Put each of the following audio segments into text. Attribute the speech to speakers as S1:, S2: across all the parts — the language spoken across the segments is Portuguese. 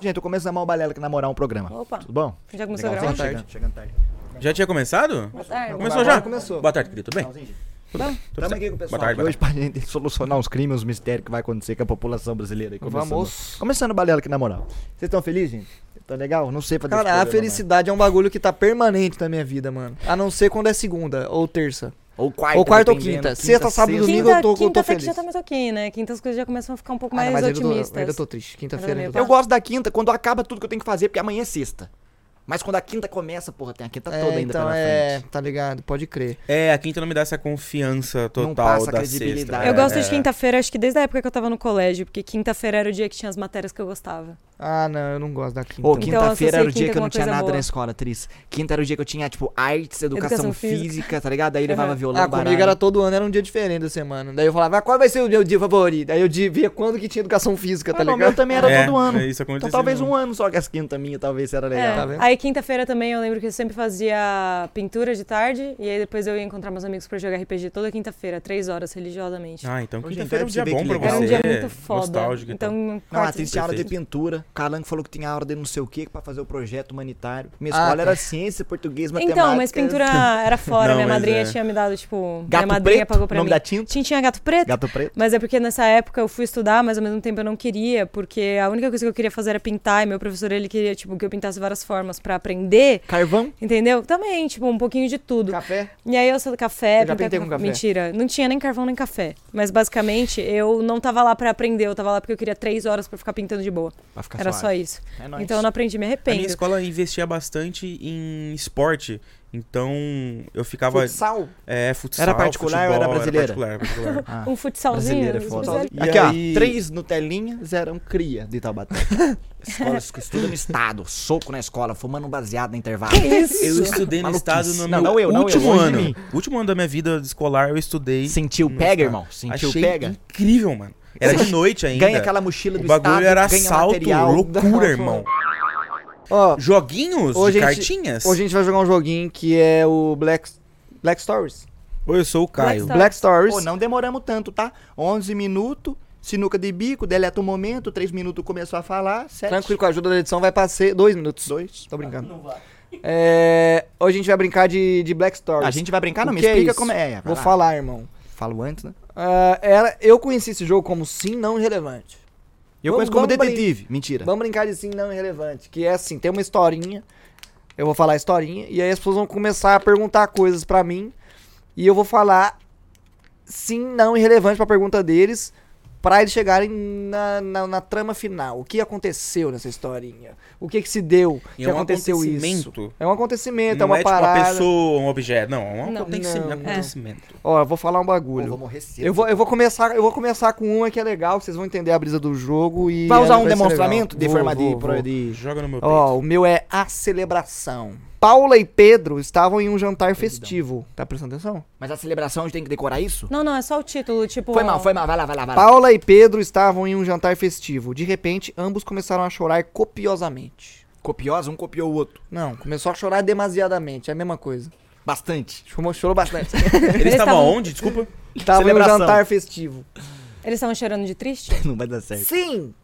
S1: Gente, eu começo a amar o balela que namorar um programa.
S2: Opa.
S1: Tudo bom?
S2: Já começou a um
S1: Legalzinho,
S2: gravar?
S1: Chegando, chegando tarde.
S3: Já tinha começado?
S2: Boa tarde.
S3: Começou já?
S1: Começou.
S3: Boa tarde, querido. Tudo bem?
S1: Legalzinho, gente.
S3: Tudo bem. Tudo
S1: Estamos
S3: certo.
S1: aqui com o pessoal
S3: Boa tarde,
S1: aqui
S3: boa
S1: hoje
S3: tarde.
S1: pra gente solucionar os crimes, os mistérios que vai acontecer com a população brasileira. aí, Começando,
S4: Vamos.
S1: Começando o balela aqui na moral. Vocês estão felizes, gente? Tá legal? Não sei fazer esse
S4: Cara, a
S1: programa,
S4: felicidade é um bagulho que tá permanente na minha vida, mano. A não ser quando é segunda ou terça.
S1: não. Ou quarta,
S4: ou quarta ou
S1: dependendo.
S4: quinta. Sexta, sábado e domingo. eu tô- eu tô
S2: quinta-feira que
S4: feliz.
S2: já tá mais ok, né? Quinta as coisas já começam a ficar um pouco
S4: Ah,
S2: mais
S4: não, mas ainda tô-
S2: otimistas.
S4: ainda tô triste. Quinta-feira
S2: Mas eu
S4: ainda
S1: Eu
S4: tô
S2: meio
S4: É,
S1: gosto da quinta quando acaba tudo que eu tenho que fazer, porque amanhã é sexta. Mas quando a quinta começa, porra, tem a quinta Tá toda
S4: É,
S1: ainda
S4: então
S1: pela
S4: é,
S1: frente.
S4: tá ligado? Pode crer.
S3: É, a quinta não me dá essa confiança total
S1: Não passa
S3: da
S1: credibilidade.
S3: sexta.
S2: Eu
S3: É,
S2: gosto de
S3: é.
S2: quinta-feira, acho que desde a época que eu tava no colégio, porque quinta-feira era o dia que tinha as matérias que eu gostava.
S4: Ah, não, eu não gosto da quinta.
S1: Ô,
S4: mano.
S2: Então, eu associei
S1: quinta-feira era o dia
S2: quinta
S1: que eu
S2: com
S1: não
S2: uma
S1: tinha
S2: coisa
S1: nada
S2: boa.
S1: na escola, Tris. Quinta era o dia que eu tinha, tipo, artes, educação,
S2: Educação
S1: física,
S2: física.
S1: tá ligado? Aí levava
S2: Aham.
S1: violão,
S4: Ah,
S1: baralho.
S4: comigo era todo ano, era um dia diferente da semana. Daí eu falava, ah, qual vai ser o meu dia favorito? Aí eu di- via quando que tinha educação física, tá
S1: Ah, não,
S4: ligado?
S1: meu também era
S3: É,
S1: todo ano.
S3: Isso assim
S1: Então
S3: aconteceu.
S1: talvez um ano só que as quinta minha, talvez era
S2: É.
S1: legal.
S4: Tá vendo?
S2: aí quinta-feira também eu lembro que eu sempre fazia pintura de tarde, e aí depois eu ia encontrar meus amigos pra jogar RPG toda quinta-feira, três horas religiosamente.
S3: Ah, então
S1: Ô, gente,
S3: quinta-feira é um
S1: deve ser
S3: dia
S1: bem
S3: bom pra
S1: que
S3: você. é
S1: legal.
S2: era um dia muito foda.
S3: Nostálgico e
S2: então,
S3: tal.
S1: Não, a
S2: quarta-
S1: Tris tinha aula ah, de
S3: Perfeito.
S1: pintura. Calango falou que tinha aula de não sei o que pra fazer o projeto humanitário. Minha
S4: Ah,
S1: escola
S4: tá.
S1: era ciência, português, matemática.
S2: Então, mas pintura era fora,
S3: Não,
S2: minha
S3: mas
S2: madrinha
S3: é.
S2: tinha me dado, tipo,
S1: Gato
S2: minha madrinha
S1: preto,
S2: pagou pra
S1: nome
S2: mim.
S1: da tinta?
S2: Tinha, tinha gato preto?
S1: Gato preto.
S2: Mas é porque nessa época eu fui estudar, mas ao mesmo tempo eu não queria, porque a única coisa que eu queria fazer era pintar, e meu professor ele queria tipo que eu pintasse várias formas pra aprender,
S1: Carvão.
S2: entendeu? Também, tipo, um pouquinho de tudo.
S4: Café?
S2: E aí eu sou do café,
S4: Eu já
S2: pintar
S4: pintei com café.
S2: mentira, não tinha nem carvão nem café, mas basicamente eu não tava lá pra aprender, eu tava lá porque eu queria três horas pra ficar pintando de boa.
S1: Vai ficar
S2: Era só
S1: suave.
S2: isso.
S1: É nóis.
S2: Então eu
S3: Ah,
S2: não aprendi, me
S3: A minha
S2: arrependo.
S3: escola investia bastante em esporte. Então, eu ficava.
S4: Futsal?
S3: É, futsal.
S1: Era particular ou
S3: futebol,
S1: era brasileira?
S3: Era particular, era particular.
S2: Um futsalzinho.
S1: Brasileira é
S2: um
S1: foda.
S2: futsalzinho.
S3: E
S1: Aqui,
S3: aí-
S1: ó. Três Nutelinha, zero um cria de Taubaté. Escolas que estudam no estado. Soco na escola, fumando um baseado no intervalo.
S2: Isso.
S3: eu estudei no
S1: Maluquice.
S3: estado no
S1: Não,
S3: meu
S1: não eu, não eu,
S3: último
S1: longe de
S3: ano.
S1: mim.
S3: Último ano da minha vida escolar, eu estudei.
S1: Sentiu
S3: no
S1: pega,
S3: estado.
S1: irmão? Sentiu
S3: Achei
S1: pega?
S3: incrível, mano. Era de noite ainda.
S1: Ganha aquela mochila do
S3: O bagulho
S1: estado,
S3: era
S1: ganha
S3: assalto,
S1: material.
S3: loucura, irmão.
S4: Ó,
S3: Joguinhos
S4: Hoje
S3: de
S4: a gente-
S3: cartinhas?
S4: hoje a gente vai jogar um joguinho que é o Black, Black Stories.
S3: Oi, eu sou o
S4: é
S3: Caio.
S2: Black Tá.
S4: Black Stories.
S1: Pô, não demoramos tanto, tá? 11 minutos, sinuca de bico, deleta um momento, 3 minutos começou a falar, 7.
S4: Tranquilo, com a ajuda da edição vai pra ser dois minutos.
S1: Dois.
S4: Tô brincando. É, hoje a gente vai brincar de, de Black Stories.
S1: A gente vai brincar? Não,
S4: O
S1: me
S4: que é
S1: explica
S4: isso?
S1: como é.
S4: Vou
S1: Vai lá.
S4: falar, irmão.
S1: Falo antes, né?
S4: Ah, era, eu conheci esse jogo como Sim Não Irrelevante.
S1: Eu
S4: Vamos-
S1: conheço como
S4: vamos brin-
S1: detetive. Mentira.
S4: Vamos brincar de Sim Não Irrelevante. Que é assim, tem uma historinha. Eu vou falar a historinha. E aí as pessoas vão começar a perguntar coisas pra mim. E eu vou falar Sim Não Irrelevante pra pergunta deles. Pra eles chegarem na, na, na trama final. O que aconteceu nessa historinha? O que que se deu?
S3: E
S4: Que
S3: é um
S4: aconteceu isso?
S3: acontecimento.
S4: É um acontecimento, é
S3: não
S4: uma
S3: é tipo
S4: parada.
S3: uma pessoa, um objeto. Não, é um
S2: Não.
S3: acontecimento.
S4: Não.
S3: acontecimento.
S4: Ó, eu vou falar um
S1: Pô,
S4: bagulho.
S1: vou morrer cedo.
S4: Eu vou, eu vou começar, eu vou começar com uma que é legal, que vocês vão entender a brisa do jogo e
S1: Vai usar
S4: aí
S1: um
S4: ser legal.
S1: demonstramento de
S4: Vou,
S1: forma de-
S4: vou,
S1: pro-
S4: vou.
S1: de.
S3: Joga no meu peito.
S4: Ó, o meu é a celebração. Paula e Pedro estavam em um jantar festivo. Tá prestando atenção?
S1: Mas a celebração a gente tem que decorar isso?
S2: Não, não, é só o título, tipo.
S1: Foi mal, foi mal. Vai lá, vai lá, vai lá.
S4: Paula e Pedro estavam em um jantar festivo. De repente, ambos começaram a chorar copiosamente.
S1: Copiosa, um copiou o outro.
S4: Não, começou a chorar demasiadamente, é a mesma coisa.
S1: Bastante.
S4: Chorou, chorou bastante.
S3: Eles estavam
S2: estavam-
S3: onde? Desculpa.
S4: Estavam em um
S1: Celebração.
S4: jantar festivo.
S2: Eles estavam chorando de triste?
S1: Não vai dar certo.
S4: Sim!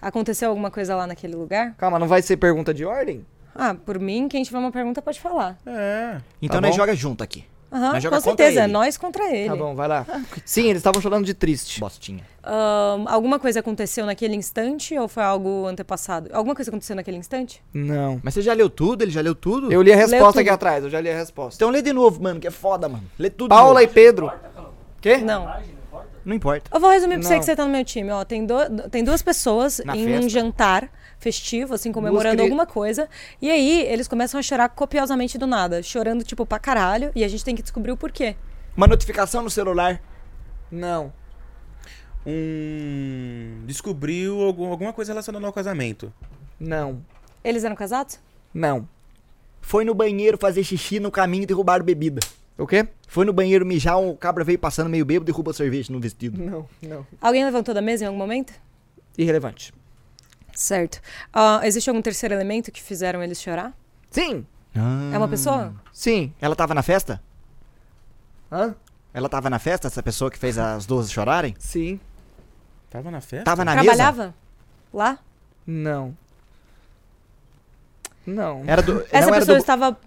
S2: Aconteceu alguma coisa lá naquele lugar?
S4: Calma, não vai ser pergunta de ordem?
S2: Ah, por mim, quem tiver uma pergunta pode falar.
S3: É.
S1: Então
S4: Tá
S1: nós
S4: bom.
S1: joga junto aqui.
S2: Aham,
S1: Mas joga
S2: com
S1: contra
S2: certeza, é
S1: ele. Ah,
S2: nós contra ele.
S4: Tá bom, vai lá. Sim, eles estavam chorando de triste.
S1: Bostinha.
S2: Ahn, alguma coisa aconteceu naquele instante ou foi algo antepassado? Alguma coisa aconteceu naquele instante?
S4: Não.
S1: Mas você já leu tudo? Ele já leu tudo?
S4: Eu li a
S2: tudo.
S4: resposta aqui atrás, eu já li a resposta.
S1: Então lê de novo, mano, que é foda, mano. Lê tudo.
S4: Paula
S1: de
S4: e
S1: novo.
S4: Pedro. Quê?
S2: Não.
S1: Não importa.
S2: Eu vou resumir pra você
S4: Não.
S2: que você tá no meu time. Ó, tem, do- tem duas pessoas
S1: Na
S2: em
S1: festa.
S2: um jantar festivo, assim, comemorando
S4: cri-
S2: alguma coisa. E aí, eles começam a chorar copiosamente do nada. Chorando, tipo, pra caralho. E a gente tem que descobrir o porquê.
S1: Uma notificação no celular.
S4: Não.
S3: Um. Descobriu algum- alguma coisa relacionada ao casamento.
S4: Não.
S2: Eles eram casados?
S4: Não.
S1: Foi no banheiro fazer xixi no caminho e derrubaram bebida.
S4: O quê?
S1: Foi no banheiro mijar, o cabra veio passando meio bêbado e derrubou cerveja no vestido.
S4: Não, não.
S2: Alguém levantou da mesa em algum momento?
S4: Irrelevante.
S2: Certo. Ah, existe algum terceiro elemento que fizeram eles chorar?
S4: Sim.
S2: É
S1: Hum.
S2: uma pessoa?
S4: Sim.
S1: Ah. Ela tava na festa?
S4: Hã?
S1: Ela tava na festa, essa pessoa que fez as duas chorarem?
S4: Sim.
S1: É.
S3: Tava na festa?
S1: Tava na mesa?
S2: Trabalhava? Lá?
S4: Não. Não.
S1: É.
S5: Era do,
S2: Essa
S5: não era
S2: pessoa
S5: do-
S2: estava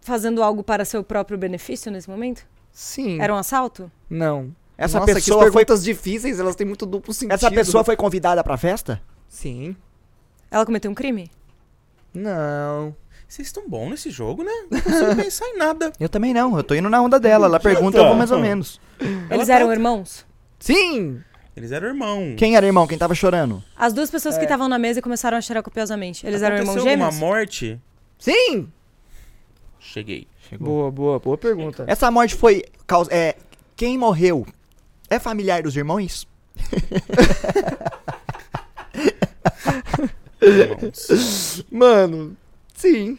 S2: fazendo algo para seu próprio benefício nesse momento?
S4: Sim.
S2: Era um assalto?
S4: Não.
S5: Essa
S4: Nossa,
S5: pessoa
S4: que
S5: foi
S4: perguntas difíceis, elas têm muito duplo sentido.
S5: Essa pessoa foi convidada pra festa?
S4: Sim.
S2: Ela cometeu um crime?
S4: Não.
S3: Vocês estão bons nesse jogo, né? Não consigo pensar em nada.
S1: Eu também não, eu tô indo na onda dela. Ela pergunta, eu vou mais ou menos.
S2: Eles
S3: tá-
S2: eram irmãos?
S4: Sim!
S3: Eles eram irmão.
S1: Quem era irmão? Quem tava chorando?
S2: As duas pessoas que estavam na mesa começaram a chorar copiosamente. Eles eram irmãos
S3: Aconteceu uma
S2: gêmeos?
S3: morte?
S4: Sim!
S3: Cheguei.
S4: Boa, boa, boa pergunta.
S1: Essa morte foi. caus- É, quem morreu é familiar dos irmãos?
S3: Irmãos.
S4: Mano, sim.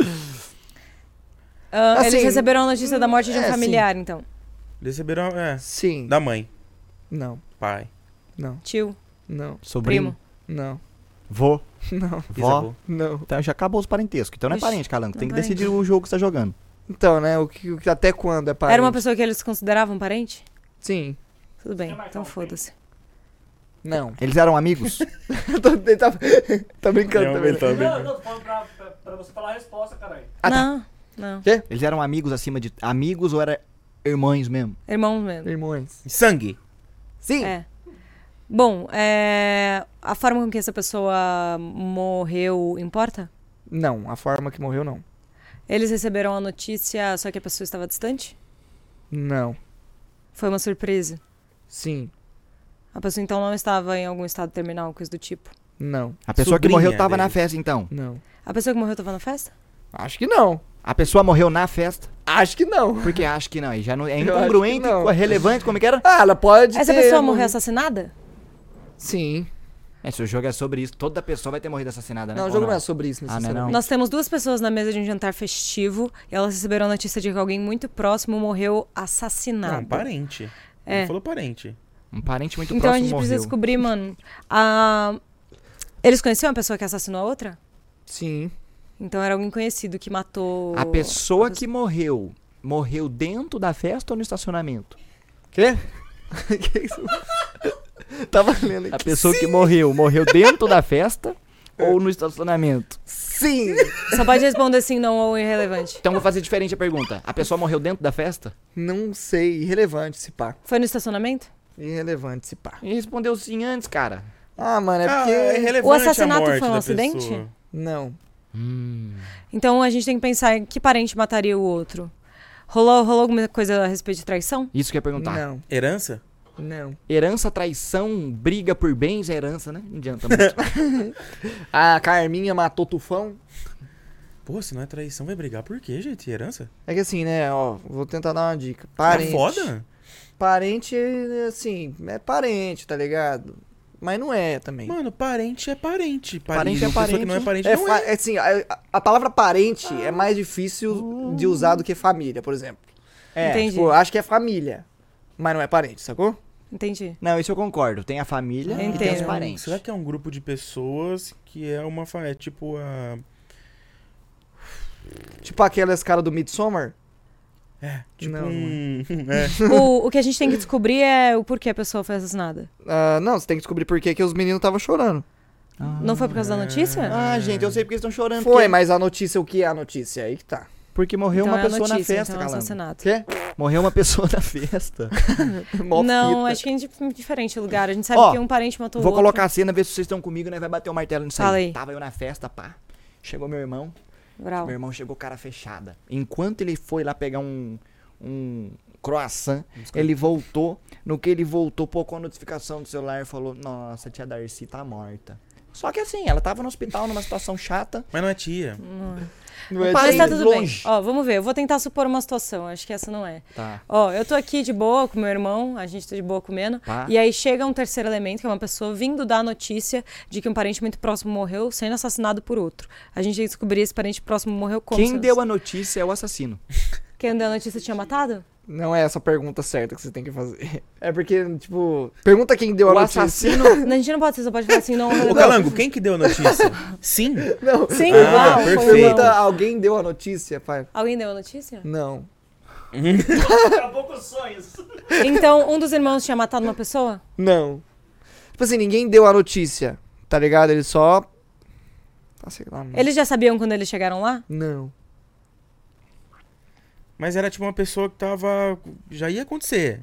S2: Ah, eles
S4: Assim,
S2: receberam a notícia da morte de um
S4: é,
S2: familiar, então.
S3: Eles receberam. É.
S4: Sim.
S3: Da mãe.
S4: Não,
S3: Pai.
S4: não,
S2: Tio,
S4: não,
S5: Sobrinho.
S2: primo.
S4: não,
S5: Vô.
S4: não,
S5: Vó.
S3: Isabel.
S4: não.
S1: Então já acabou os parentescos. Então não é
S2: Ixi,
S1: parente, Calango.
S2: não
S1: Tem que
S2: é
S1: decidir o jogo que você tá jogando.
S4: Então, né, o que, o que- até quando é parente?
S2: Era uma pessoa que eles consideravam parente?
S4: Sim.
S2: Tudo bem, então foda-se.
S4: Não.
S1: Eles eram amigos?
S4: Tô- ele tá, tá brincando também.
S3: Realmente,
S4: né?
S3: tá
S6: Não,
S3: brincando.
S6: não, tô falando pra, pra, pra você falar a resposta, caralho.
S4: Ah, tá.
S2: não, não.
S1: Eles eram amigos acima de. Amigos ou era irmãos mesmo?
S2: Irmãos mesmo.
S4: Irmãos.
S3: Sangue.
S4: Sim.
S2: É. Bom, é, a forma com que essa pessoa morreu importa?
S4: Não, a forma que morreu, não.
S2: Eles receberam a notícia, só que a pessoa estava distante?
S4: Não.
S2: Foi uma surpresa.
S4: Sim.
S2: A pessoa então não estava em algum estado terminal, coisa do tipo.
S4: Não.
S1: A pessoa que
S3: Sobrinha
S1: morreu tava na
S3: deles.
S1: festa, então.
S4: Não.
S2: A pessoa que morreu estava na festa?
S4: Acho que não.
S1: A pessoa morreu na festa?
S4: Acho que não.
S1: Porque acho que não. aí Já não é
S4: Eu acho que
S1: incongruente,
S4: não.
S1: é relevante, como é que era?
S4: Ah, ela pode
S2: Essa
S4: ter
S2: pessoa
S4: morrido.
S2: morreu assassinada?
S4: Sim.
S1: É, se o jogo é sobre isso, toda pessoa vai ter morrido assassinada, né?
S4: Não, o
S1: Ou
S4: jogo não é sobre isso,
S1: Ah, não é
S4: necessariamente.
S2: Nós temos duas pessoas na mesa de um jantar festivo e elas receberam a notícia de que alguém muito próximo morreu assassinado.
S3: Não, parente.
S2: É.
S3: Ele falou parente.
S1: Um parente muito
S2: Então a
S1: próximo
S2: gente precisa
S1: morreu.
S2: descobrir, mano. a- Eles conheciam a pessoa que assassinou a outra?
S4: Sim.
S2: Então era alguém conhecido que matou.
S1: A pessoa que morreu, morreu dentro da festa ou no estacionamento?
S4: Quê? que isso? Tava lendo
S1: A
S4: aqui.
S1: pessoa que morreu, morreu dentro da festa ou no estacionamento?
S4: Sim!
S2: Só pode responder sim, não ou irrelevante.
S1: Então vou fazer diferente a pergunta. A pessoa morreu dentro da festa?
S4: Não sei, irrelevante esse pá.
S2: Foi no estacionamento?
S4: Irrelevante esse pá.
S1: E respondeu sim antes, cara.
S4: Ah, mano, é
S3: Ah,
S4: porque.
S3: é relevante
S2: O assassinato
S3: a morte
S2: foi um
S3: da
S2: acidente?
S3: pessoa.
S4: Não.
S2: Então a gente tem que pensar em que parente mataria o outro. Rolou, rolou alguma coisa a respeito de traição?
S1: Isso que eu ia perguntar.
S4: Não,
S3: Herança?
S4: não.
S1: Herança, traição, briga por bens é herança, né? Não adianta muito.
S4: A Ah, Carminha matou Tufão.
S3: Pô, se não é traição, vai brigar por quê, gente? Herança?
S4: É que assim, né, ó, vou tentar dar uma dica.
S3: É
S4: Parente.
S3: foda?
S4: Parente, assim, é parente, tá ligado? Mas não é também.
S3: Mano, parente é parente.
S1: Parente é
S3: uma pessoa que
S1: parente.
S3: não é parente
S4: É,
S3: não
S4: fa-
S3: é.
S4: é assim, a, a palavra parente é mais difícil de usar do que família, por exemplo.
S1: É,
S2: Entendi.
S4: Tipo, eu acho que é família, mas não é parente, sacou?
S2: Entendi.
S1: Não, isso eu concordo. Tem a família e tem os
S2: Entendo.
S1: parentes.
S3: Será que é um grupo de pessoas que é uma. fa- É tipo a.
S4: Tipo aquelas cara do Midsommar.
S3: Tipo
S4: Não,
S3: um. é.
S2: O, o que a gente tem que descobrir é o porquê a pessoa foi assassinada.
S4: Ah, não, você tem que descobrir por que que os meninos estavam chorando.
S2: Não foi por causa da notícia?
S1: Ah, gente, eu sei porque eles estão chorando.
S4: Foi,
S1: porque...
S4: mas a notícia, o que é a notícia? Aí que tá.
S1: Porque morreu
S2: então
S1: uma
S2: é a
S1: pessoa
S2: notícia,
S1: na festa,
S2: então é um
S1: Calango.
S2: assassinato.
S4: Quê?
S1: Morreu uma pessoa na festa.
S4: Mó
S2: não,
S4: fita.
S2: acho que é em diferente lugar. A gente sabe
S1: um Ó,
S2: que um parente matou
S1: Vou
S2: o outro.
S1: colocar a cena, ver se vocês estão comigo, né? Vai bater o martelo nisso
S2: Fala
S1: aí.
S2: aí.
S1: Tava eu na festa, pá. Chegou meu irmão.
S2: Brau.
S1: Meu irmão chegou cara fechada. Enquanto ele foi lá pegar um, um croissant,
S4: Um
S1: ele voltou. No que ele voltou, pô, a notificação do celular e falou: Nossa, a tia Darcy tá morta. Só que assim, ela tava no hospital numa situação chata.
S3: Mas não é tia.
S4: Não é
S2: Mas
S1: parente
S2: tá
S4: de-
S2: tudo
S1: longe.
S2: bem. Ó, vamos ver. Eu vou tentar supor uma situação. Acho que essa não é.
S1: Tá.
S2: Ó, eu tô aqui de boa com meu irmão, a gente tá de boa comendo.
S1: Tá.
S2: E aí chega um terceiro elemento, que é uma pessoa vindo dar a notícia de que um parente muito próximo morreu sendo assassinado por outro. A gente tem que descobrir esse parente próximo morreu como.
S1: Quem deu a notícia é o assassino.
S2: Quem deu a notícia tinha matado?
S4: Não é essa a pergunta certa que você tem que fazer. É porque, tipo, pergunta quem deu a
S1: O
S4: notícia.
S1: assassino.
S2: Não, A gente não pode, você só pode falar assim, não.
S3: Ô, Calango, quem que deu a notícia? Sim?
S4: Não.
S2: Sim,
S3: Ah,
S2: igual. foi
S3: perfeito.
S2: igual.
S4: Pergunta, alguém deu a notícia, pai?
S2: Alguém deu a notícia?
S4: Não.
S6: Acabou com os sonhos.
S2: Então, um dos irmãos tinha matado uma pessoa?
S4: Não. Tipo assim, ninguém deu a notícia, tá ligado? Ele só Ah, sei lá, mano.
S2: Eles já sabiam quando eles chegaram lá?
S4: Não.
S3: Mas era tipo uma pessoa que tava. Já ia acontecer.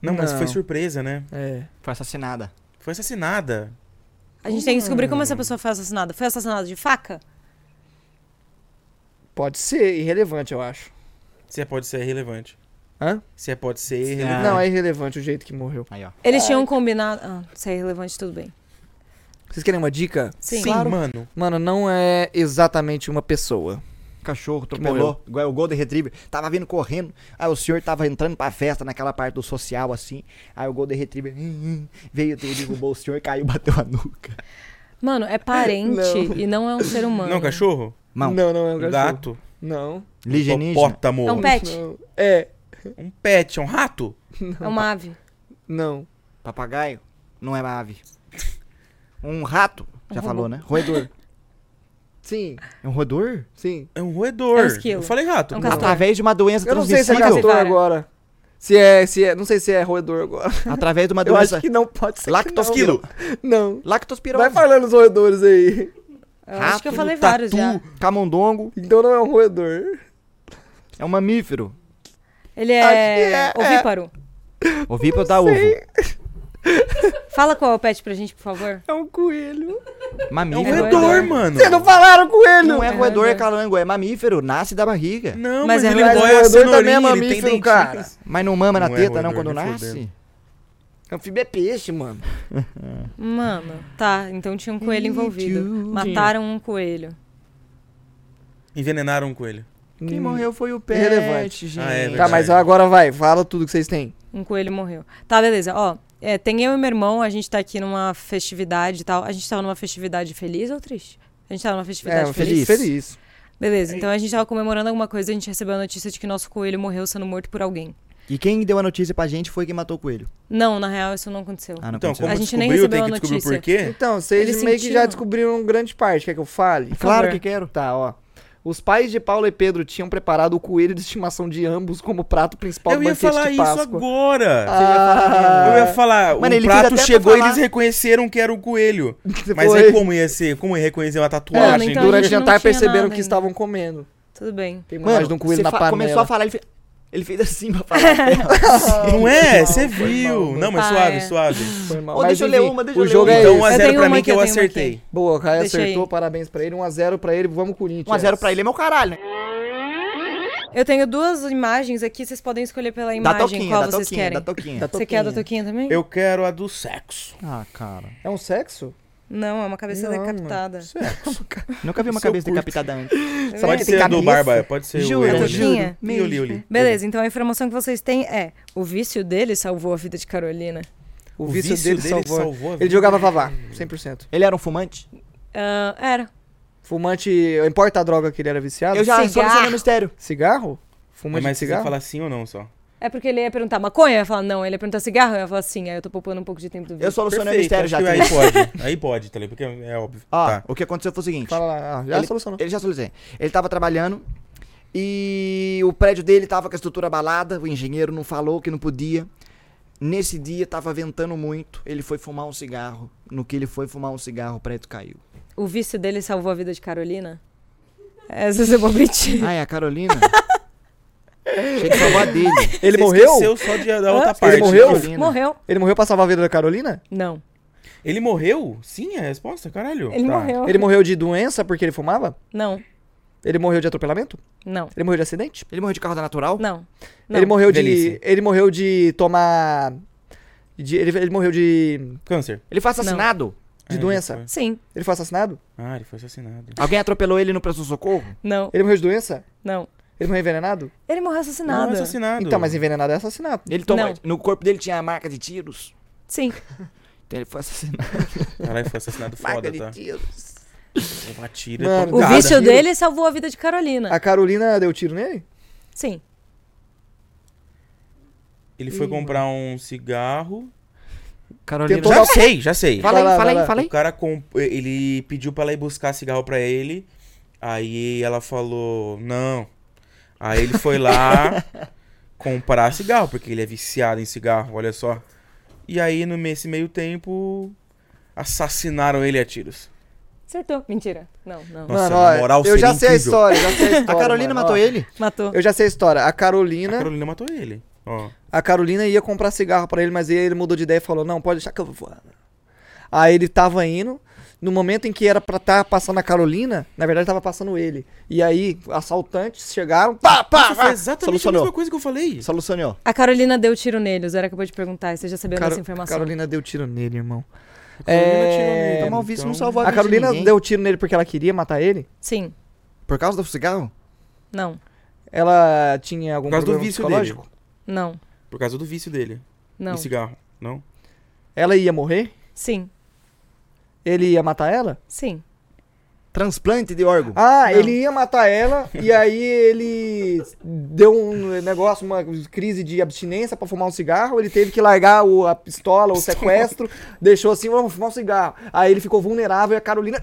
S3: Não, mas
S4: Não.
S3: foi surpresa, né?
S4: É.
S1: Foi assassinada.
S3: Foi assassinada.
S2: A gente tem que descobrir como essa pessoa foi assassinada. Foi assassinada de faca?
S4: Pode ser irrelevante, eu acho.
S3: Se é pode ser irrelevante.
S4: Hã?
S3: Se é pode ser irrelevante.
S1: Ah.
S4: Não, é irrelevante o jeito que morreu.
S1: Aí, ó.
S2: Eles tinham combinado. Ah, isso é irrelevante, tudo bem.
S4: Vocês querem uma dica?
S2: Sim.
S3: mano.
S4: Mano, não é exatamente uma pessoa.
S1: Cachorro, atropelou, igual o Golden Retriever. Tava vindo correndo. Aí o senhor tava entrando pra festa naquela parte do social, assim. Aí o Golden Retriever hum, hum, veio, derrubou o senhor, caiu, bateu a nuca.
S2: Mano, é parente e não é um ser humano.
S3: Não, cachorro?
S1: Mão,
S4: Não, não é um
S3: Um
S4: cachorro.
S3: gato?
S4: Não.
S1: Ligenígena.
S3: Hipopótamo.
S2: É um pet?
S4: Não. É.
S3: Um pet, é um rato?
S2: É uma ave.
S4: Não.
S1: Papagaio não é uma ave. Um rato, já falou, né? Roedor.
S4: Sim.
S1: É um roedor?
S4: Sim.
S3: É um roedor.
S2: É um esquilo.
S3: Eu falei rato.
S2: É um
S3: Não.
S2: castor.
S1: Através de uma doença
S4: Eu não sei se é
S1: transmissível.
S4: castor
S2: Capivara.
S4: agora. Se é, se é, não sei se é roedor agora.
S1: Através de uma
S4: Eu
S1: doença.
S4: acho que não pode ser. que
S1: Lactosquilo.
S4: Não. não.
S1: Lactospirose.
S4: Vai falando os roedores aí.
S2: Eu acho que
S1: Rato, um
S2: eu falei
S1: tatu.
S2: vários já.
S1: Camundongo
S4: Então não é um roedor.
S1: é um mamífero.
S2: Ele
S4: Acho que
S2: é
S4: é-
S2: ovíparo.
S1: Ovíparo dá ovo.
S2: Fala qual é o pet pra gente, por favor.
S4: É um coelho.
S3: É um
S1: Mamífero.
S2: roedor.
S3: roedor, mano.
S4: Vocês não falaram coelho?
S1: Não é
S2: É
S1: roedor, é
S2: roedor.
S1: calango, é mamífero, nasce da barriga.
S3: Não,
S2: Mas
S3: mas,
S2: é
S3: ele
S2: roedor.
S3: roedor.
S4: Roedor
S3: a cenourinha,
S4: também é
S3: ele tem
S4: mamífero,
S3: dentinhos.
S4: cara.
S1: Mas não mama na
S3: Não é
S1: teta, não,
S3: roedor,
S1: quando
S3: nem
S1: nasce.
S4: Anfíbio é peixe, mano.
S2: Mano, tá. Então tinha um coelho envolvido. Mataram um coelho.
S3: Envenenaram um coelho.
S1: Quem
S4: Hum.
S1: morreu foi o pet,
S4: Irrelevante.
S1: gente.
S3: Ah, é
S4: Tá,
S3: verdade.
S4: mas agora vai. Fala tudo que vocês têm.
S2: Um coelho morreu. Tá, beleza. Ó, é, tem eu e meu irmão, a gente tá aqui numa festividade e tal. A gente tava numa festividade feliz ou triste? A gente tava numa festividade
S4: um
S2: feliz.
S4: Feliz.
S2: Beleza, então a gente tava comemorando alguma coisa e a gente recebeu a notícia de que nosso coelho morreu sendo morto por alguém.
S1: E quem deu a notícia pra gente foi quem matou o coelho.
S2: Não, na real, isso não aconteceu.
S1: Ah, não
S3: Então,
S1: aconteceu.
S3: como
S2: A gente nem
S3: descobriu, tem que
S2: recebeu a
S3: descobrir o
S2: notícia.
S3: porquê.
S4: Então, vocês
S2: Eles
S4: meio que já
S2: sentiram.
S4: descobriram grande parte. Quer que eu fale?
S1: Claro que
S2: favor.
S1: quero.
S4: Tá, ó. Os pais de Paulo e Pedro tinham preparado o coelho de estimação de ambos como prato principal
S3: Eu
S4: do
S3: ia
S4: banquete
S3: falar
S4: de
S3: isso
S4: Páscoa.
S3: agora.
S4: Ah,
S3: Eu ia falar,
S1: Mano,
S3: o
S1: ele fez
S3: prato
S1: até pra
S3: chegou e
S1: falar.
S3: eles reconheceram que era o coelho.
S4: Você
S3: Mas
S4: foi.
S3: aí como ia ser? Como ia reconhecer uma
S2: Mano,
S3: tatuagem?
S2: então a
S4: Durante o
S2: gente não
S4: jantar
S2: tinha
S4: perceberam
S2: nada
S4: tá que
S2: ainda.
S4: estavam comendo.
S2: Tudo bem.
S4: Tem uma imagem de um coelho
S1: você
S4: na
S1: fa-
S4: panela.
S1: começou a falar, ele fez, ele fez assim pra falar.
S3: Não é? Você viu.
S4: mal,
S3: Não, mas
S2: Ah,
S3: suave,
S2: é.
S3: suave.
S4: Foi mal.
S1: Ô,
S4: Mas,
S1: deixa eu ler
S4: enfim,
S1: uma, deixa eu
S4: O
S1: ler
S4: jogo
S1: uma.
S4: é
S3: Então
S4: esse.
S3: 1x0
S2: tenho
S3: pra
S2: uma
S3: mim
S2: aqui,
S3: que eu
S2: eu tenho uma
S3: acertei.
S4: Boa, o Caio
S2: Deixa
S4: acertou,
S2: aí.
S4: parabéns pra ele. 1x0 pra ele, vamos Corinthians.
S1: 1x0 pra ele é meu caralho, né?
S2: Eu tenho duas imagens aqui, vocês podem escolher pela
S1: Dá
S2: imagem
S1: toquinha,
S2: qual
S1: dá
S2: vocês
S1: toquinha,
S2: querem.
S1: dá toquinha.
S4: Da
S2: Você quer a da
S4: touquinha.
S2: Toquinha também?
S3: Eu quero a do sexo.
S1: Ah, cara.
S4: É um sexo? É um
S2: Não, é uma cabeça
S4: Não,
S2: decapitada.
S1: Nunca vi uma
S3: Isso
S1: cabeça
S3: eu curto.
S1: decapitada antes.
S4: Será
S3: Pode
S4: que
S3: ser
S4: tem
S3: a do
S4: cabeça?
S3: Barba, pode ser o
S1: Jura,
S3: Euler.
S2: juro.
S3: Ih, eu li, eu li.
S2: Beleza, então a informação que vocês têm é: o vício dele salvou a vida de Carolina.
S4: O, vício, dele, salvou.
S3: a
S4: Ele
S3: vida.
S4: jogava vavá, 100%.
S1: Ele era um fumante?
S2: Ah, era.
S4: Fumante, importa a droga que ele era viciado?
S1: Eu já solucionei
S2: cigarro.
S1: o mistério.
S4: Cigarro?
S3: Mas
S4: Fumante Um de
S3: você tem que
S4: cigarro?
S3: falar sim ou não só.
S2: É porque ele ia perguntar maconha? Eu ia falar não. Ele ia perguntar cigarro? Eu ia falar sim. Aí eu tô poupando um pouco de tempo do vídeo.
S1: Eu solucionei o
S3: Perfeito,
S1: mistério
S3: acho
S1: já. Ah,
S3: que
S1: Cris.
S3: Aí pode, aí pode, tá ligado? Porque é óbvio.
S1: Ó,
S3: Tá.
S1: o que aconteceu foi o seguinte.
S4: Fala lá, ah, já
S1: ele,
S4: solucionou.
S1: Ele já solucionou. Ele tava trabalhando e o prédio dele tava com a estrutura abalada, o engenheiro não falou que não podia. Nesse dia tava ventando muito, ele foi fumar um cigarro. No que ele foi fumar um cigarro, o prédio caiu.
S2: O vício dele salvou a vida de Carolina? Essa é bobite.
S1: Ah, é a Carolina? Achei que salvou a dele.
S4: Ele
S3: Você
S4: morreu?
S3: esqueceu só de, da outra
S2: Ele
S3: parte.
S4: morreu?
S1: Carolina.
S2: Morreu?
S4: Ele morreu pra salvar a vida da Carolina?
S2: Não.
S3: Ele morreu? Sim, é a resposta, caralho.
S2: Ele
S3: Tá.
S2: morreu.
S4: Ele morreu de doença porque ele fumava?
S2: Não.
S4: Ele morreu de atropelamento?
S2: Não.
S4: Ele morreu de acidente?
S1: Ele morreu de carro da natural?
S2: Não. Não.
S4: Ele morreu
S3: Velhice.
S4: de. Ele morreu de tomar. de- ele, ele morreu de.
S3: Câncer.
S1: Ele foi assassinado?
S4: de
S3: Ah,
S4: doença.
S3: ele
S2: Sim.
S4: Ele foi assassinado?
S3: foi- Ah, ele foi assassinado.
S1: Alguém atropelou ele no pronto-socorro?
S2: Não.
S4: Ele morreu de doença?
S2: Não.
S4: Ele morreu envenenado?
S2: Ele morreu
S3: Não,
S2: assassinado.
S3: é assassinado.
S4: Então, mas envenenado é assassinato.
S1: Ele tomou.
S2: Não.
S1: No corpo dele tinha a marca de tiros.
S2: Sim.
S1: Então ele foi assassinado.
S3: Caralho, foi assassinado
S1: Marca
S3: foda,
S1: de
S3: tá?
S1: tiros.
S3: Uma tira.
S4: Mano,
S2: O
S4: Nada.
S3: pancada.
S2: vício dele salvou a vida de Carolina.
S4: Um A Carolina deu tiro nele?
S2: Sim.
S3: Ele foi comprar um cigarro.
S1: Carolina.
S4: Tentou
S1: Já-
S3: Já
S4: dar-
S3: sei, já sei.
S1: Fala
S4: Vai lá,
S1: aí, fala
S4: vai lá.
S1: aí, fala aí.
S3: O cara comp... ele pediu pra ela ir buscar cigarro pra ele. Aí ela falou: "Não". Aí ele foi lá comprar cigarro, porque ele é viciado em cigarro, olha só. E aí no nesse meio tempo assassinaram ele a tiros.
S2: Acertou. Mentira. Não, não.
S3: Nossa,
S4: Mano,
S3: na
S4: ó,
S3: moral,
S4: eu
S3: seria
S4: já sei a
S3: incrível.
S4: história, já sei a história.
S1: A Carolina
S4: mano, ó.
S1: matou ele?
S2: Matou.
S4: Eu já sei a história. A
S3: A
S4: Carolina,
S3: Carolina matou ele. Ó.
S4: a Carolina ia comprar cigarro pra ele, mas aí ele mudou de ideia e falou: "Não, pode deixar que eu vou". Aí ele tava indo, no momento em que era pra estar passando a Carolina, na verdade tava passando ele. E aí assaltantes chegaram, pá, pá,
S3: Nossa, foi
S4: pá
S3: exatamente
S1: solucionou.
S3: a mesma coisa que eu falei.
S1: Solucionou.
S2: A Carolina deu tiro nele. O Zé acabou de perguntar. Você já sabia
S4: Caro-
S2: dessa informação?
S4: Carolina deu tiro nele, irmão.
S3: A Carolina atirou nele,
S4: É,
S1: Então, Malvício não salvou a, vida
S4: a
S1: de
S4: Carolina
S1: ninguém.
S4: deu tiro nele porque ela queria matar ele?
S2: Sim.
S1: Por causa do cigarro?
S2: Não.
S4: Ela tinha algum
S3: Por causa do
S4: problema
S3: vício
S4: psicológico?
S2: Não.
S3: Por causa do vício dele.
S2: Não.
S3: Em cigarro. Não?
S4: Ela ia morrer?
S2: Sim.
S4: Ele ia matar ela?
S2: Sim.
S1: Transplante de órgão.
S4: Ah,
S2: Não.
S4: ele ia matar ela e aí ele deu um negócio, uma crise de abstinência pra fumar um cigarro. Ele teve que largar o, a pistola, o sequestro, deixou assim, vamos fumar um cigarro. Aí ele ficou vulnerável e a Carolina.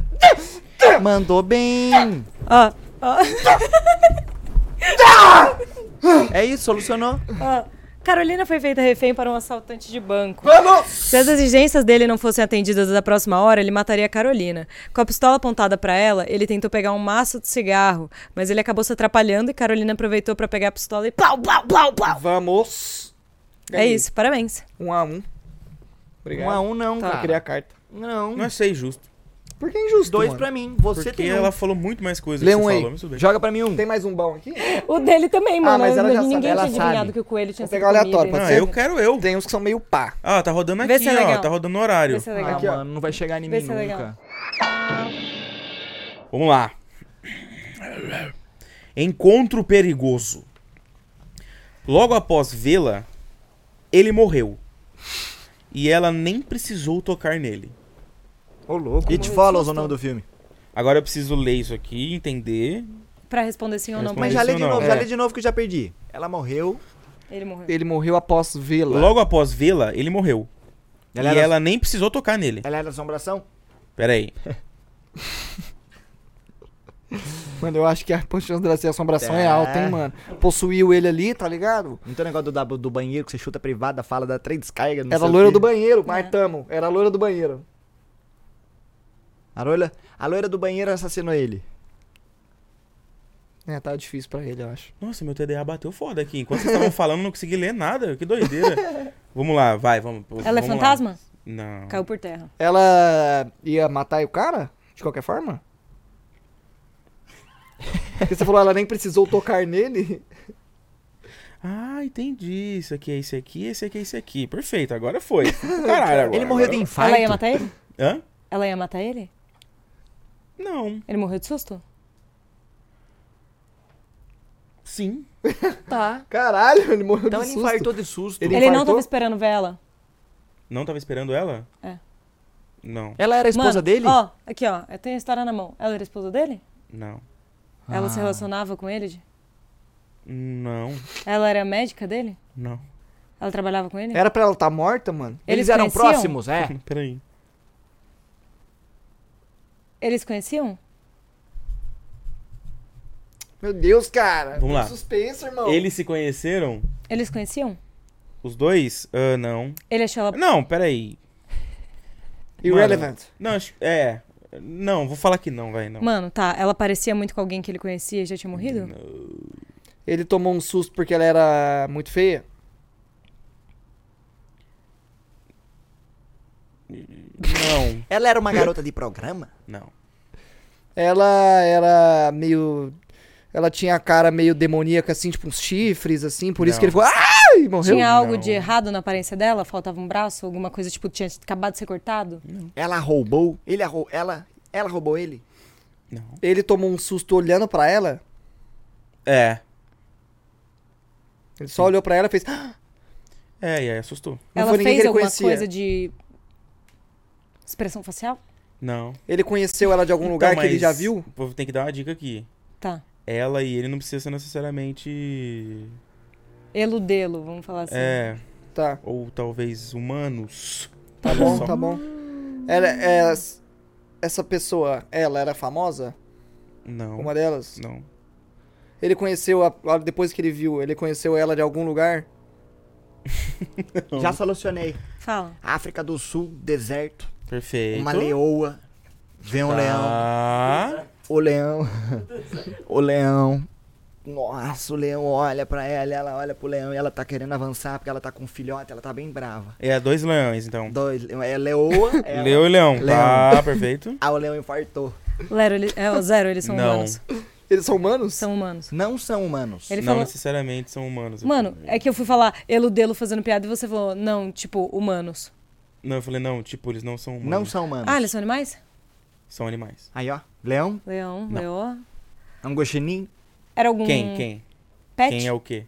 S1: Ah, Mandou bem.
S2: Ó, ó,
S1: É isso, solucionou.
S2: ó. Carolina foi feita refém para um assaltante de banco.
S4: Vamos!
S2: Se as exigências dele não fossem atendidas da próxima hora, ele mataria a Carolina. Com a pistola apontada para ela, ele tentou pegar um maço de cigarro, mas ele acabou se atrapalhando e Carolina aproveitou para pegar a pistola e plau, plau, plau, plau.
S4: Vamos!
S2: É isso, parabéns.
S4: Um a um. Obrigado.
S1: Um a um não,
S4: Eu
S1: cara.
S4: queria a carta.
S2: Hum.
S1: Não. é
S3: Não achei justo.
S4: Por que é injusto?
S1: Dois
S4: mano?
S1: pra mim. Você
S3: Porque
S1: tem um.
S3: ela falou muito mais coisa
S4: Lê
S3: que
S4: um
S3: você
S4: aí.
S3: falou, mas tudo bem.
S1: Joga pra mim um.
S4: Tem mais um bom aqui?
S2: O dele também,
S4: mano.
S2: mano.
S4: Ah, mas ela já Ninguém sabe,
S2: Ninguém
S4: ela
S2: tinha
S4: tinha
S2: adivinhado
S4: adivinhado sabe.
S2: que o coelho tinha
S4: Vou sido pegar o aleatório, comido, pode
S3: Não,
S4: ser?
S3: Ah, eu quero eu.
S4: Tem uns que são meio pá.
S3: Ah, tá rodando
S2: Vê
S3: aqui,
S2: se é legal.
S3: ó. Tá rodando no
S2: Vai
S3: horário.
S2: ser
S1: Ah,
S2: é legal.
S4: Aqui, ó.
S1: mano, não vai chegar em mim
S2: Vê se é
S1: nunca.
S3: Vamos lá. Encontro perigoso. Logo após vê-la, ele morreu. E ela nem precisou tocar nele.
S1: Ô, louco. It Follows é o nome do filme.
S3: Agora eu preciso ler isso aqui, entender.
S2: Pra responder sim ou não,
S3: Responde
S1: Mas
S2: mas
S1: já
S3: isso
S1: lê de
S3: não.
S1: novo, já
S3: É.
S1: lê de novo que eu já perdi. Ela morreu.
S2: ele morreu.
S4: Ele morreu após vê-la.
S3: Logo após vê-la, ele morreu.
S1: Ela
S3: e
S1: era-
S3: ela nem precisou tocar nele.
S1: Ela era assombração?
S3: Pera aí.
S4: Mano, eu acho que a chance dela ser assombração é
S1: Tá.
S4: alta, hein, mano. Possuiu ele ali, tá ligado?
S1: Não tem o negócio do, da- do banheiro que você chuta privada, fala da três descarga, não
S4: Era
S1: sei o
S4: loira
S1: quê.
S4: do banheiro,
S1: É.
S4: mas tamo. Era loira do banheiro.
S1: A loira, a loira do banheiro assassinou ele.
S4: É, tá difícil pra ele, eu acho.
S3: Nossa, meu TDA bateu foda aqui. Enquanto vocês estavam falando, eu não consegui ler nada. Que doideira. vamos lá, vai, vamos.
S2: Ela é
S3: vamos lá. Hum.
S2: fantasma?
S3: Não.
S2: Caiu por terra.
S4: Ela ia matar o cara? De qualquer forma? Porque você falou, ela nem precisou tocar nele.
S3: Ah, entendi. Isso aqui é esse aqui, esse aqui é esse aqui. Perfeito, agora foi. Caralho, agora.
S1: Ele morreu de
S3: agora...
S1: infarto.
S2: Ela ia matar ele?
S3: Hã?
S2: Ela ia matar ele?
S3: Não.
S2: Ele morreu de susto?
S3: Sim.
S1: Tá.
S4: Caralho, ele morreu
S1: Então
S4: de
S1: ele
S4: susto.
S1: infartou de susto.
S4: Ele
S2: Ele, não
S4: infartou?
S2: tava esperando ver ela.
S3: Não tava esperando ela?
S2: É.
S3: Não,
S1: Ela era a esposa
S2: Mano,
S1: dele?
S2: Ó, aqui, ó. Eu tenho a história na mão. Ela era esposa dele?
S3: não.
S2: Ela se relacionava com ele? de-
S3: Não,
S2: Ela era médica dele?
S3: não.
S2: Ela trabalhava com ele?
S4: Era pra ela estar tá morta, mano?
S1: Eles,
S2: eles
S1: eram
S2: conheciam?
S1: próximos, é.
S3: Peraí.
S2: Eles conheciam?
S4: Meu Deus, cara.
S3: Vamos lá.
S4: Suspense, irmão.
S3: Eles se conheceram?
S2: Eles conheciam?
S3: Os dois? Ah, não.
S2: Ele achou ela.
S3: Não, peraí.
S4: Irrelevant.
S3: Não, acho... é. Não, vou falar que não, vai, não.
S2: Mano, tá. Ela parecia muito com alguém que ele conhecia e já tinha morrido?
S4: Ele tomou um susto porque ela era muito feia?
S3: Não,
S1: Ela era uma garota de programa?
S3: não.
S4: Ela era meio. Ela tinha a cara meio demoníaca, assim, tipo uns chifres, assim, por isso
S3: Não.
S4: que ele ficou. Ah! E morreu.
S2: Tinha algo
S3: Não.
S2: de errado na aparência dela? Faltava um braço? Alguma coisa tipo tinha acabado de ser cortado?
S1: Ela roubou? Ele arrou... ela... ela roubou ele?
S3: Não.
S4: Ele tomou um susto olhando pra ela.
S3: É.
S4: Ele só olhou pra ela e fez. "Ah!"
S3: É, e aí assustou.
S4: Não
S2: ela
S4: foi ninguém
S2: fez
S4: que ele
S2: alguma
S4: conhecia.
S2: coisa de expressão facial?
S3: Não.
S4: Ele conheceu ela de algum Um lugar
S3: Então,
S4: que ele
S3: mas
S4: já viu?
S3: O povo tem que dar uma dica aqui.
S2: Tá.
S3: Ela e ele não precisa ser necessariamente.
S2: Eludê-lo, vamos falar assim.
S3: É.
S4: Tá.
S3: Ou talvez humanos.
S4: Tá
S3: Olha
S4: bom,
S3: só.
S4: tá bom. Ela, é- essa pessoa, ela era famosa?
S3: Não.
S4: Uma delas?
S3: Não.
S4: Ele conheceu, a- a- depois que ele viu, ele conheceu ela de algum lugar?
S1: Já solucionei.
S2: Fala.
S1: África do Sul, deserto,
S3: Perfeito.
S1: uma leoa. Vem
S3: Tá.
S1: o leão.
S3: Ah,
S1: O leão. o leão. Nossa, o leão olha pra ela, ela olha pro leão e ela tá querendo avançar porque ela tá com um filhote, ela tá bem brava.
S3: é dois leões, então.
S1: Dois, é leoa, ela-
S3: Leu e leão. Tá,
S1: Leão.
S3: perfeito.
S1: Ah, o leão infartou.
S2: Lero, ele- é, o zero, eles são
S3: Não.
S2: humanos.
S4: Eles são humanos?
S2: São humanos.
S1: Não são humanos.
S2: Ele
S3: não
S2: falou.
S3: necessariamente são humanos.
S2: Mano, é que eu fui falar eludelo fazendo piada e você falou, não, tipo, humanos.
S3: Não, eu falei, não, tipo, eles não são humanos.
S1: Não são humanos.
S2: Ah, eles são animais?
S3: São animais.
S1: Aí, ó. Leão, é um
S2: Leão,
S3: Não.
S2: leoa.
S1: angostinim.
S2: Era algum
S3: Quem? Quem?
S2: Um pet?
S3: Quem é o quê?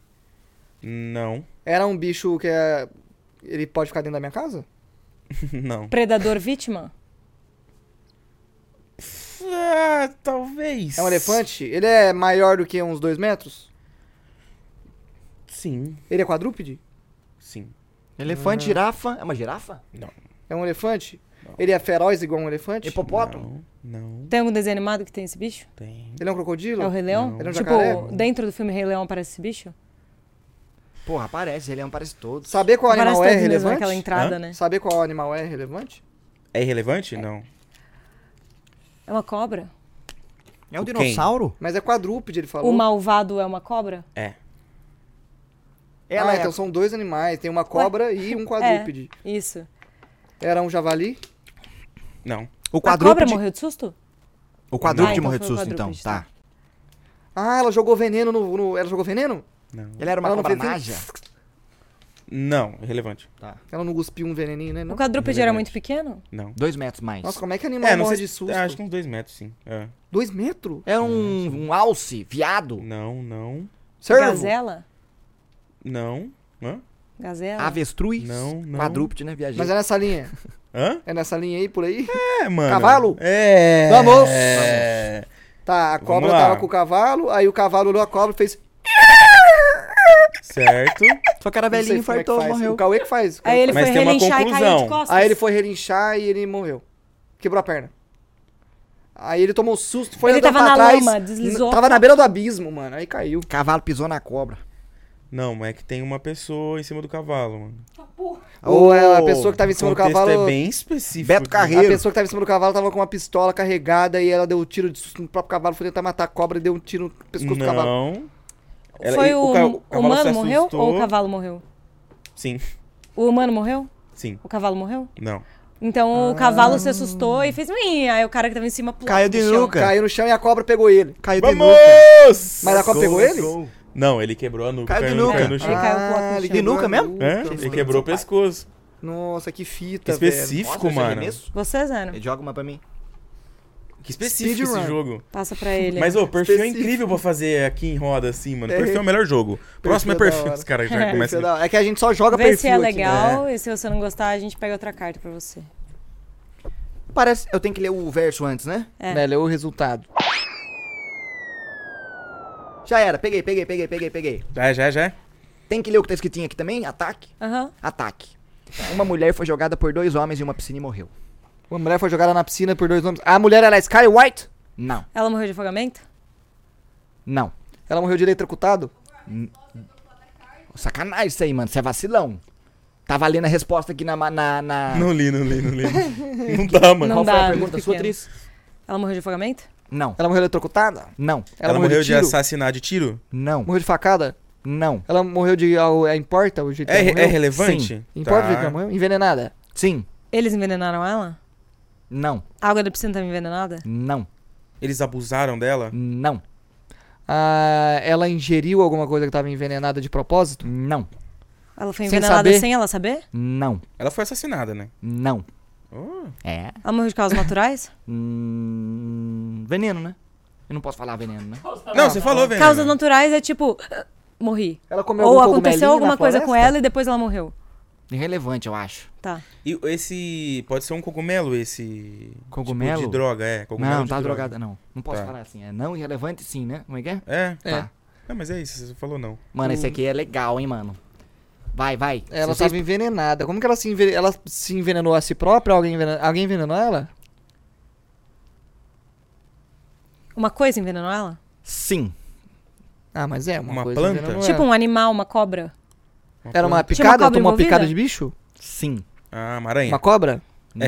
S3: Não.
S4: Era um bicho que é. Ele pode ficar dentro da minha casa?
S3: não.
S2: Predador vítima?
S3: Ah, talvez.
S4: É um elefante? Ele é maior do que uns dois metros?
S3: Sim,
S4: Ele é quadrúpede?
S3: sim.
S4: Hum.
S1: Elefante, girafa. É uma girafa?
S4: É um elefante?
S3: Não. É
S4: Ele é feroz igual um elefante?
S1: Hipopótamo?
S3: Não, não
S2: Tem algum desenho animado que tem esse bicho?
S3: tem.
S4: Ele é um crocodilo?
S2: É o Rei Leão?
S3: Não.
S4: Ele é um
S2: tipo,
S4: jacaré?
S2: dentro do filme Rei Leão aparece esse bicho?
S1: Porra, aparece, leão aparece todo.
S4: Saber qual
S2: Aparece
S4: animal é
S2: todos mesmo naquela
S4: relevante?
S2: entrada,
S3: Hã?
S2: né?
S4: Saber qual animal é relevante?
S3: É irrelevante? Não.
S2: É uma cobra?
S1: É um
S3: Quem?
S1: dinossauro?
S4: Mas é quadrúpede, ele falou.
S2: O malvado é uma cobra?
S3: É.
S1: Ela
S4: ah,
S1: é
S4: então são dois animais. Tem uma cobra e
S2: É.
S4: um quadrúpede.
S2: Isso.
S4: Era um javali?
S3: Não.
S1: o
S2: A cobra
S1: quadrúpede.
S2: morreu de susto?
S1: O quadrúpede
S2: Ah, então
S1: morreu de
S2: foi o
S1: susto, então.
S2: quadrúpede,
S1: Tá.
S4: Ah, ela jogou veneno no. no- Ela jogou veneno?
S3: Não.
S1: Ele era uma
S4: Ela não
S1: cobra
S4: fez-
S1: naja.
S4: É.
S3: Não, irrelevante.
S4: Ela não cuspiu um veneninho, né?
S2: O
S4: Não.
S2: quadrúpede era
S3: Relevante.
S2: muito pequeno?
S3: Não.
S1: Dois metros mais.
S4: Nossa, como é que animal
S3: É, não
S4: morre
S3: sei
S4: de
S3: se-
S4: susto?
S3: Acho que uns dois metros, sim. É.
S4: Dois metros?
S1: É um, um alce, viado,
S3: Não, não,
S4: Servo?
S2: Gazela?
S3: não. Hã?
S2: Gazela?
S1: É. avestruz.
S3: Não, não.
S1: Quadrúpede, né? Viajei.
S4: Mas é nessa linha.
S3: Hã?
S4: É nessa linha aí, por aí?
S3: É, mano.
S4: Cavalo?
S3: É.
S4: Vamos!
S3: É.
S4: Tá, a
S3: Vamos
S4: cobra
S3: lá.
S4: tava com o cavalo, aí o cavalo olhou a cobra e fez.
S3: Certo.
S1: Só que era
S4: não sei
S1: velhinho,
S4: como é que
S1: infartou,
S4: faz.
S1: morreu.
S4: O Cauê que faz. o Cauê
S2: Aí ele
S3: Mas
S2: foi
S3: tem uma
S2: relinchar e caiu
S3: conclusão.
S2: de costas.
S4: Aí ele foi relinchar e ele morreu. Quebrou a perna. Aí ele tomou um susto, foi
S2: Ele
S4: andando
S2: tava
S4: pra
S2: na
S4: trás,
S2: lama, deslizou.
S4: n- Tava na beira do abismo, mano. Aí caiu.
S1: Cavalo pisou na cobra.
S3: Não, mas é que tem uma pessoa em cima do cavalo, mano.
S4: Ou é a
S1: Ô,
S4: pessoa que tava em cima do
S3: o contexto
S4: cavalo.
S3: é bem específico.
S1: Beto Carreiro.
S4: A pessoa que tava em cima do cavalo tava com uma pistola carregada e ela deu um tiro de susto no próprio cavalo, foi tentar matar a cobra e deu um tiro no pescoço do cavalo.
S3: Não. Ela-
S2: Foi
S3: e-
S2: o,
S3: ca-
S2: o
S3: cavalo se
S2: humano morreu
S3: assustou.
S2: ou o cavalo morreu?
S3: Sim,
S2: O humano morreu?
S3: sim.
S2: O cavalo morreu?
S3: Não.
S2: Então o cavalo se assustou e fez. "Uim", Aí o cara que tava em cima pulou.
S1: Caiu de
S2: no chão.
S1: nuca.
S4: Ah. Caiu no chão e a cobra pegou ele.
S1: Caiu de nuca.
S3: Vamos!
S4: Mas a cobra pegou ele?
S3: Não, ele quebrou a nuca.
S1: Caiu de
S3: Caiu, no-
S1: nuca.
S3: caiu no chão.
S2: Ele caiu com a
S4: ele
S2: de
S4: quebrou
S1: nuca
S4: a
S1: mesmo?
S4: nuca,
S3: Hã?
S4: Ah, mano.
S3: Ele quebrou o pescoço.
S4: Nossa, que fita, velho.
S3: Específico, mano.
S1: é
S2: Você, Zero.
S1: Ele joga uma pra mim.
S3: Que específico
S4: Speedrun.
S3: esse jogo.
S2: Passa pra ele.
S3: Mas, ô, perfil é
S4: Específico.
S3: incrível pra fazer aqui em roda, assim, mano.
S4: É.
S3: Perfil é o melhor jogo. Próximo é
S4: Perfil é da
S3: perfil.
S4: hora.
S3: Os caras já
S4: Perfil
S3: começam.
S4: da hora. É que a gente só joga
S2: Vê
S4: perfil
S2: se é
S4: aqui, né?
S2: legal e se você não gostar, a gente pega outra carta pra você.
S1: Parece. Eu tenho que ler o verso antes, né?
S2: É.
S4: Né, leu o resultado.
S1: Já era. Peguei, peguei, peguei, peguei, peguei.
S3: Ah, Já, já, já.
S1: Tem que ler o que tá escritinho aqui também? Ataque?
S2: Aham.
S1: Ataque. Uma mulher foi jogada por dois homens em uma piscina e morreu.
S4: Uma mulher foi jogada na piscina por dois homens. A mulher era Sky White?
S1: Não.
S2: Ela morreu de afogamento?
S1: Não.
S4: Ela morreu de eletrocutado?
S1: Sacanagem isso aí, mano. Você é vacilão. Tava lendo a resposta aqui na. ma- na,
S4: Ah.
S1: na...
S3: Não li, não li, não li. não dá, mano.
S2: Não
S1: Qual foi
S2: dá,
S1: a pergunta
S2: muito
S1: sua,
S2: pequeno.
S1: atriz?
S2: Ela morreu de afogamento?
S1: Não.
S4: Ela morreu eletrocutada?
S1: Não.
S3: Ela, morreu, de,
S4: tiro?
S3: assassinar de tiro?
S1: Não.
S4: Morreu de facada?
S1: Não.
S4: Ela morreu de. ao- é, importa o jeito que
S3: É,
S4: ela
S3: re- é
S4: morreu?
S3: relevante? Tá.
S1: Sim.
S4: Importa o jeito que ela morreu? Envenenada.
S1: Sim.
S2: Eles envenenaram ela?
S1: Não.
S2: A água da piscina tava envenenada?
S1: Não.
S3: Eles abusaram dela?
S1: Não.
S4: Ah, ela ingeriu alguma coisa que tava envenenada de propósito?
S1: Não.
S2: Ela foi
S4: Sem
S2: envenenada
S4: saber?
S2: sem ela saber?
S1: Não.
S3: Ela foi assassinada, né?
S1: Não.
S3: Oh.
S1: É.
S2: Ela morreu de causas naturais?
S1: Hum, veneno, né? Eu não posso falar veneno, né?
S3: Não, você falou, velho.
S2: causas naturais é tipo. "Ah, Morri.
S4: Ela comeu
S2: Ou
S4: algum
S2: aconteceu
S4: cogumelinho
S2: alguma
S4: na
S2: coisa com
S4: floresta?
S2: ela e depois ela morreu.
S1: Irrelevante, eu acho.
S2: Tá.
S3: E esse. Pode ser um cogumelo, esse.
S1: Cogumelo?
S3: Tipo de droga, é. Cogumelo
S1: não,
S3: de
S1: tá
S3: droga.
S1: drogada, não. Não posso
S3: Tá.
S1: falar assim. É não irrelevante sim, né? Como é que é?
S3: É.
S4: É.
S3: Não, mas é isso, você falou não.
S1: Mano, esse aqui é legal, hein, mano. Vai, vai.
S4: Ela
S1: Se vocês-
S4: tava envenenada. Como que ela se, envenen- ela se envenenou a si própria? Alguém, envenen- Alguém envenenou ela?
S2: Uma coisa envenenou ela?
S1: Sim.
S4: Ah, mas é uma,
S3: Uma
S4: coisa.
S3: planta?
S4: envenenou
S2: Tipo
S4: ela.
S2: um animal, uma cobra?
S4: Era
S2: Tinha
S4: uma
S2: uma
S4: picada?
S2: cobra
S4: tomou uma
S2: envolvida?
S4: picada de bicho?
S1: Sim.
S3: Ah, maranha.
S4: Uma cobra?
S3: É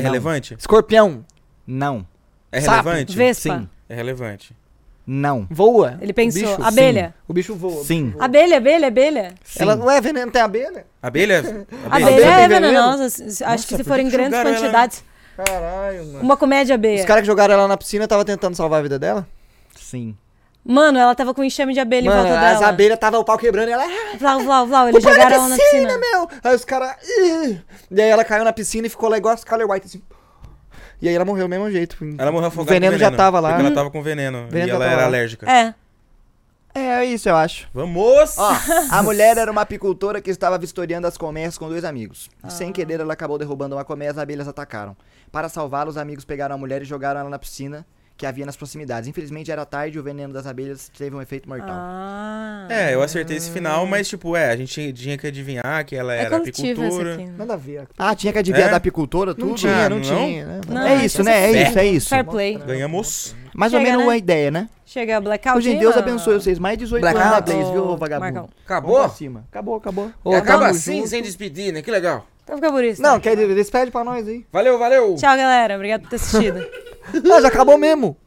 S1: Não.
S3: relevante?
S4: Escorpião?
S1: Não.
S3: É
S1: Sapo.
S3: relevante?
S2: Vespa.
S1: Sim.
S3: É relevante.
S1: Não.
S4: Voa.
S2: Ele pensou,
S4: O bicho,
S2: abelha.
S4: o bicho voa.
S1: Sim.
S2: Abelha, abelha, abelha.
S1: Sim.
S4: Ela não é veneno, tem abelha?
S3: Abelha?
S2: Abelha,
S4: Abelha
S2: é
S4: tem veneno?
S2: venenosa. se- se- Acho que se
S3: por
S2: for
S3: que
S2: em
S3: que
S2: grandes
S3: jogaram ela?
S2: quantidades.
S4: Caralho, mano.
S2: Uma comédia abelha.
S4: Os caras que jogaram ela na piscina tava tentando salvar a vida dela?
S1: Sim.
S2: Mano, ela tava com um enxame de abelha em
S4: mano,
S2: volta
S4: as
S2: dela.
S4: abelhas tava o pau quebrando e ela. "Ah,
S2: Vlau, vlau, vlau. Eles
S4: vou parar
S2: jogaram ela na piscina.
S4: meu! Aí os caras. "Ih!" E aí ela caiu na piscina e ficou lá igual a Scarlet White, assim. E aí ela morreu do mesmo jeito.
S3: Ela morreu afogada.
S4: O veneno
S3: com
S4: já tava lá.
S3: Porque ela tava com veneno. e
S4: Veneno já
S3: ela
S4: tava
S3: era
S4: lá.
S3: alérgica.
S2: É.
S1: É isso, eu acho.
S3: Vamos!
S1: Ó,
S4: Ah.
S1: a mulher era uma apicultora que estava vistoriando as colmeias com dois amigos.
S2: Ah.
S1: Sem querer, ela acabou derrubando uma colmeia e as abelhas atacaram. Para salvá-la, os amigos pegaram a mulher e jogaram ela na piscina que havia nas proximidades. Infelizmente, era tarde e o veneno das abelhas teve um efeito mortal.
S2: Ah.
S3: É, eu acertei esse final, mas tipo, é, a gente tinha que adivinhar que ela
S2: É
S3: era
S2: coletivo essa
S3: apicultora.
S2: aqui. né?
S4: Hum. Nada a ver.
S1: Ah, tinha que adivinhar
S3: É?
S1: da apicultora tudo?
S4: Não tinha,
S3: Ah,
S4: não,
S3: não?
S4: tinha, né?
S2: Não,
S1: É isso, né? É
S2: fair-
S1: isso, é isso.
S2: Fair play.
S3: Ganhamos.
S1: Mais ou
S2: Chega,
S1: menos
S2: né?
S1: uma ideia, né?
S2: Chega blackout.
S1: Hoje em
S2: aí,
S1: Deus
S2: mano.
S1: abençoe vocês. Mais 18 anos na
S4: Blackout.
S1: Blaze, viu,
S2: Marcão.
S1: vagabundo?
S3: Acabou?
S1: Pra cima. Acabou, acabou.
S4: Ô,
S3: Acaba
S4: tamo
S3: assim,
S4: junto.
S3: sem despedir, né? Que legal.
S2: Então fica por isso.
S4: Não, quer dizer, despede pra nós aí.
S3: Valeu, valeu.
S2: Tchau, galera. Obrigado por ter assistido.
S4: Mas acabou mesmo.